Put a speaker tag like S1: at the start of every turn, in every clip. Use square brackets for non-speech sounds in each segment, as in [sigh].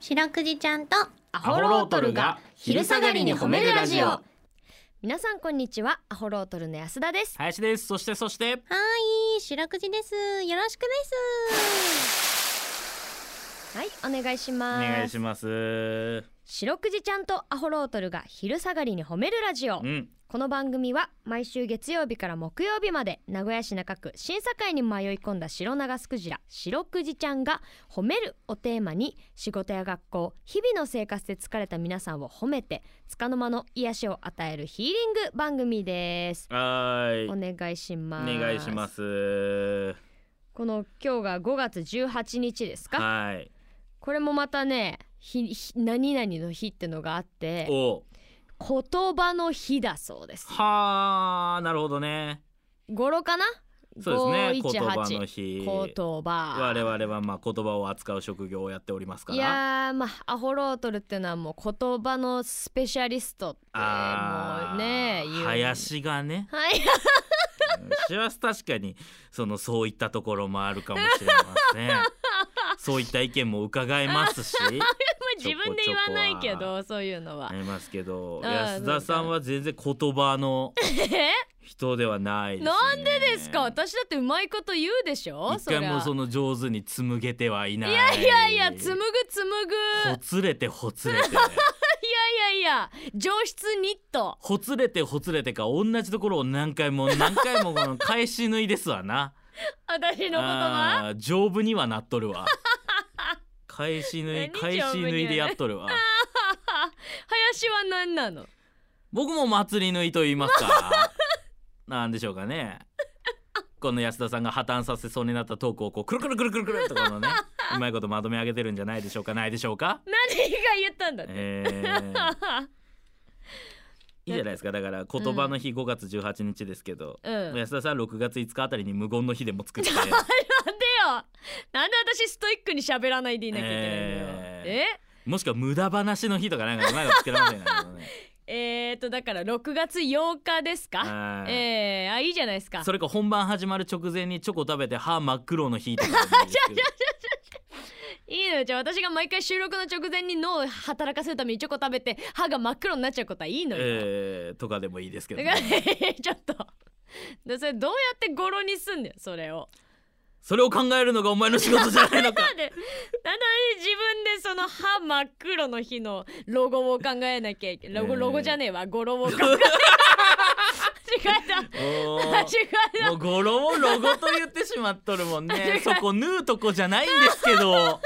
S1: 白くじちゃんとア
S2: ホロートルが昼下がりに褒めるラジオ
S3: 皆さんこんにちはアホロートルの安田です
S2: 林ですそしてそして
S1: はい白くじですよろしくです
S3: はいお願いし
S2: お
S3: ます
S2: 願いします
S3: 白くじちゃんとアホロートルが昼下がりに褒めるラジオ
S2: うん
S3: この番組は毎週月曜日から木曜日まで名古屋市中区審査会に迷い込んだ白長スクジラ白くじちゃんが「褒める」をテーマに仕事や学校日々の生活で疲れた皆さんを褒めて束の間の癒しを与えるヒーリング番組です。
S2: はーい
S3: お願いし
S2: お
S3: ます。
S2: 願いします
S3: この今日が5月18日ですか。
S2: はい
S3: これもまたね、日日何々の日ってのがあって、
S2: お
S3: 言葉の日だそうです。
S2: はあなるほどね
S3: 語呂かな？
S2: そうですね言葉
S3: 518
S2: の日
S3: 言葉
S2: 我々はまあ言葉を扱う職業をやっておりますか
S3: い
S2: ら
S3: やーまあアホロートルってのはもう言葉のスペシャリストって
S2: あー
S3: もうね言う
S2: 林がね
S3: はい
S2: [laughs] しわす確かにそのそういったところもあるかもしれませんそういった意見も伺えますし
S3: 自分で言わないけどそういうの
S2: あ
S3: [laughs] は
S2: りますけど
S3: あー
S2: 安田さんは全然言葉の
S3: え
S2: 人ではないです、ね、
S3: なんでですか私だってうまいこと言うでしょ
S2: 一回もそ
S3: の
S2: の上手に紡げてはいないい
S3: いやいや紡ぐ紡ぐ
S2: ほつれてほつれ
S3: [laughs]
S2: て
S3: いやいやいや上質ニット
S2: ほつれてほつれてか同じところを何回も何回もこの返し縫いですわな
S3: 私の言葉
S2: あー丈夫にはなっ
S3: [laughs]
S2: とるわ返し縫い
S3: 何
S2: 返し縫いでやっとるわ
S3: [laughs] 林は何なの
S2: 僕も祭り縫いと言いますか [laughs] なんでしょうかねこの安田さんが破綻させそうになったトークをこうくるくるくるくるくるとこのねうまいことまとめ上げてるんじゃないでしょうかないでしょうか
S3: 何が言ったんだって、
S2: えーいいじゃないですかだから言葉の日5月18日ですけど、
S3: [laughs] うん
S2: 安田さん6月5日あたりに無言の日でも作って
S3: なんでよなんで私ストイックに喋らないでいなきゃいけないのよえ
S2: もしくは無駄話の日とかなんかうまいこと作らませんかね
S3: えー、っとだから6月8日ですか
S2: はい
S3: えー、あいいじゃないですか
S2: それか本番始まる直前にチョコ食べて歯真っ黒の日とかでもいいですけど
S3: いいのよじゃあ私が毎回収録の直前に脳を働かせるためにチョコ食べて歯が真っ黒になっちゃうことはいいのよ、
S2: えーとかでもいいですけ
S3: [laughs]
S2: ど、
S3: だから
S2: ね、
S3: ねちょっとでそれどうやって語呂にすんだよそれを
S2: それを考えるのがお前の仕事じゃない
S3: [laughs]
S2: のか
S3: なんでなんで自分でその歯真っ黒の日のロゴを考えなきゃいけないロゴ
S2: えー
S3: ロゴじゃねえわ語呂を考え間違えた
S2: お
S3: 間違
S2: ー
S3: え
S2: [laughs] もう語呂をロゴと言ってしまっとるもん
S3: [laughs]
S2: ねそこ縫うとこじゃないんですけど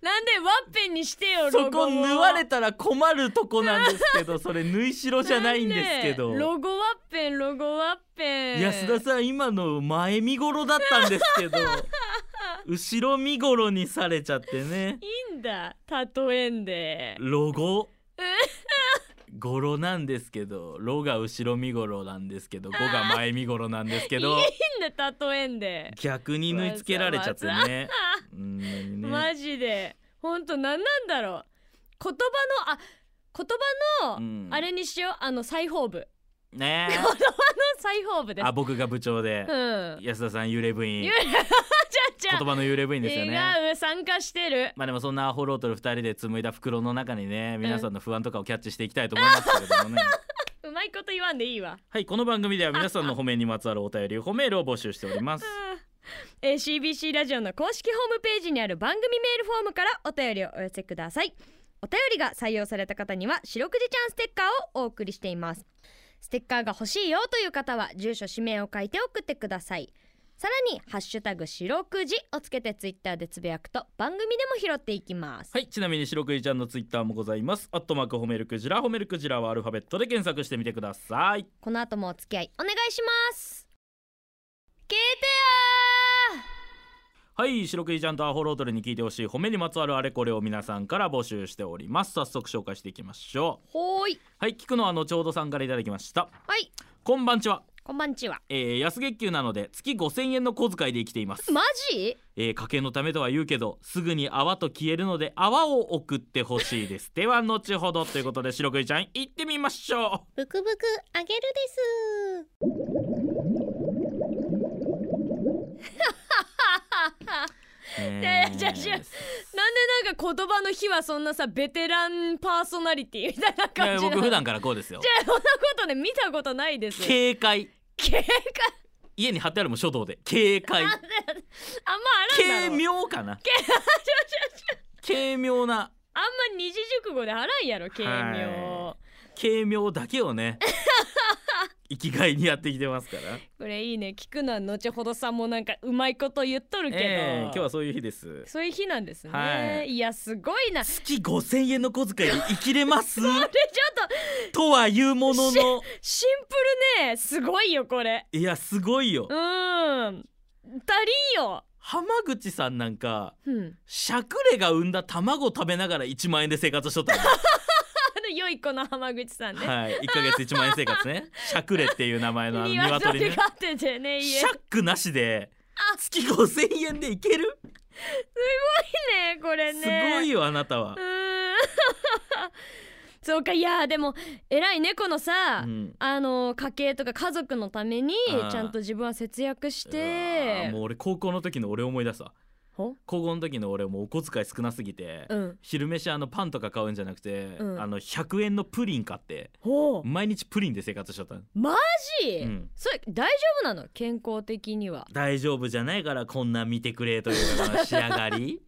S3: なんでワッペンにしてよ
S2: そ
S3: ロゴ
S2: こ
S3: を
S2: 縫われたら困るとこなんですけどそれ縫いしろじゃないんですけ
S3: なんで
S2: ど
S3: ロゴワッペンロゴワッペン
S2: 安田さん今の前見頃だったんです
S3: [laughs]
S2: けど後ろ見頃にされちゃってね
S3: いいんだ例えんで
S2: ロ
S3: [laughs]
S2: ゴ語呂なんですけど「ロ」が後ろ見頃なんですけど「語」が前見頃なんですけど
S3: いいんだ例えんで、
S2: 逆に縫い付けられちゃってね。うんね
S3: マジでほんと何なんだろう言葉のあ言葉の、
S2: うん
S3: あれにしようあの裁縫部
S2: ね
S3: 言葉の裁縫部です
S2: あ僕が部長で
S3: うん
S2: 安田さん幽霊部員
S3: 幽 [laughs]
S2: 言
S3: 霊じゃあじゃあ
S2: 葉の幽霊部員ですよね。
S3: 違う参加してる
S2: まあでもそんなアホロートル2人で紡いだ袋の中にね皆さんの不安とかをキャッチしていきたいと思いますけれ
S3: [laughs]
S2: どもね
S3: うまいこと言わんでいいわ
S2: はいこの番組では皆さんの褒めにまつわるお便り褒めールを募集しております
S3: [laughs] えー CBC ラジオの公式ホームページにある番組メールフォームからお便りをお寄せくださいお便りが採用された方には「白くじちゃんステッカー」をお送りしていますステッカーが欲しいよという方は住所氏名を書いて送ってくださいさらに「ハッシュタグ白くじ」をつけてツイッターでつぶやくと番組でも拾っていきます
S2: はいちなみに白くじちゃんのツイッターもございますアットマーク褒めるクジラ褒めるクジラはアルファベットで検索してみてください
S3: この後もお付き合いお願いします聞いてよ
S2: はい白くじちゃんとアホロートルに聞いてほしい褒めにまつわるあれこれを皆さんから募集しております早速紹介していきましょ
S3: ー
S2: う
S3: ほーい
S2: はい聞くのは後ほどさんからいただきました
S3: はい
S2: こんばんちは、
S3: こんばんちは
S2: えー、安月給なので月5000円の小遣いで生きています
S3: マジ
S2: えー家計のためとは言うけどすぐに泡と消えるので泡を送ってほし
S3: [laughs]
S2: いですでは後ほどということで白くじちゃん行ってみましょ
S1: ブクブクあげるです
S2: う
S3: [laughs]
S2: ね
S3: いやいや違う違うなんか言葉の日はそんなさベテランパーソナリティみたいない感
S2: や
S3: じの
S2: 僕普段からこうですよ
S3: じゃあそんなことね見たことないですよ
S2: 警戒
S3: 警戒
S2: 家に貼ってあるもん書道で警戒
S3: あんまあらんだ
S2: 軽
S3: ろ
S2: 妙かな軽妙な
S3: あんま二字熟語であらんやろ軽妙、
S2: は軽妙だけ
S3: [laughs]
S2: をね生きがいにやってきてますから、
S3: これいいね聞くのは後ほどさんもなんかうまいこと言っとるけど、
S2: ええ今日はそういう日です
S3: そういう日なんですね、
S2: はい
S3: い、やすごいなそ
S2: 月5000円の小遣いで生きれます
S3: [laughs] れちょっと
S2: とはいうものの
S3: シンプルねすごいよこれ
S2: いやすごいよ
S3: うーん足りんよ、
S2: 浜口さんなんか
S3: うん、
S2: しゃくれが産んだ卵食べながら1万円で生活しとったの
S3: あの良い子の浜口さん [laughs] ね、
S2: はい1ヶ月1万円生活ねしゃくれっていう名前のあの鶏
S3: 鶏
S2: ね
S3: 飼っててね家
S2: シャックなしで月5000円でいける
S3: ねこれね
S2: すごい
S3: よ
S2: よあなたは
S3: う、ーん [laughs] そうかいやでも偉い猫のさ、
S2: うん
S3: あの家計とか家族のために
S2: あー
S3: ちゃんと自分は節約し
S2: うわー
S3: て
S2: もう俺高校の時の俺思い出すわ
S3: ほ
S2: 高校の時の俺もうお小遣い少なすぎて、
S3: うん
S2: 昼飯あのパンとか買うんじゃなくて、
S3: うん
S2: あの100円のプリン買って
S3: ほう
S2: 毎日プリンで生活しちゃったの、
S3: マジ、
S2: うん
S3: それ大丈夫なの健康的には
S2: 大丈夫じゃないからこんな見てくれというかこの仕上が [laughs] り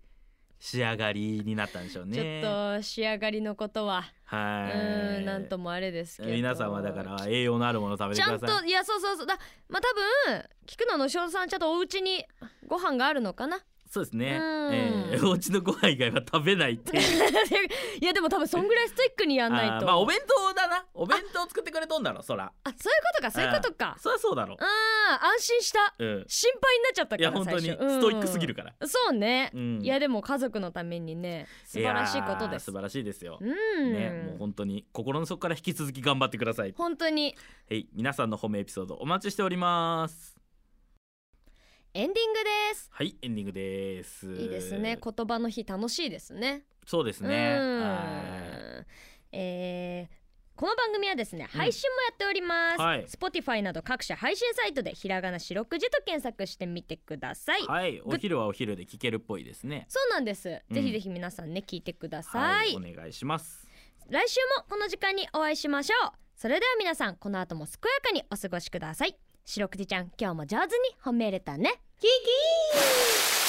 S2: 仕上がりになったんでしょう
S3: ちょ
S2: ね
S3: っと仕上がりのことは、う
S2: は
S3: ー
S2: い
S3: んなんともあれですけど
S2: 皆さんはだから栄養のあるものを食べ
S3: ち
S2: てく
S3: ゃ
S2: だ
S3: ん
S2: さ
S3: と
S2: い
S3: いやそうそうそうだまあ多分菊野のしおさんちゃんとお家にご飯があるのかな
S2: そうですね、
S3: うん
S2: えーお家のご飯以外は [laughs] 食べないっていう
S3: [laughs] いやでも多分そんぐらいストイックにやんない
S2: あー
S3: と
S2: まあ
S3: あ、
S2: お弁当だなお弁当作ってくれとんだろそら
S3: そういうことかそういうことか
S2: そりゃそうだろ
S3: うーん安心した
S2: うん
S3: 心配になっちゃった
S2: い
S3: から
S2: や本当に
S3: 最
S2: ス
S3: 初うん
S2: トイックすぎるから
S3: そうね、
S2: うん
S3: いやでも家族のためにね素晴らしいこと
S2: いや
S3: で
S2: ー
S3: す
S2: 素晴らしいですよ
S3: うん、
S2: ねもう本当に心の底から引き続き頑張ってください
S3: 本当に
S2: はい皆さんの褒めエピソードお待ちしております
S3: エンディングです
S2: はいエンディングです
S3: いいですね言葉の日楽しいですね
S2: そうですね
S3: うん
S2: は
S3: えーこの番組はですね配信もやっております、
S2: はい
S3: Spotify など各種配信サイトでひらがな四六時と検索してみてください、
S2: いはいお昼はお昼で聞けるっぽいですね
S3: そうなんです、
S2: うん
S3: ぜひぜひ皆さんね聞いてくださ
S2: はい
S3: い、
S2: お願いします
S3: 来週もこの時間にお会いしましょうそれでは皆さんこの後も健やかにお過ごしください白くじちゃん今日も上手に褒めれたねキキー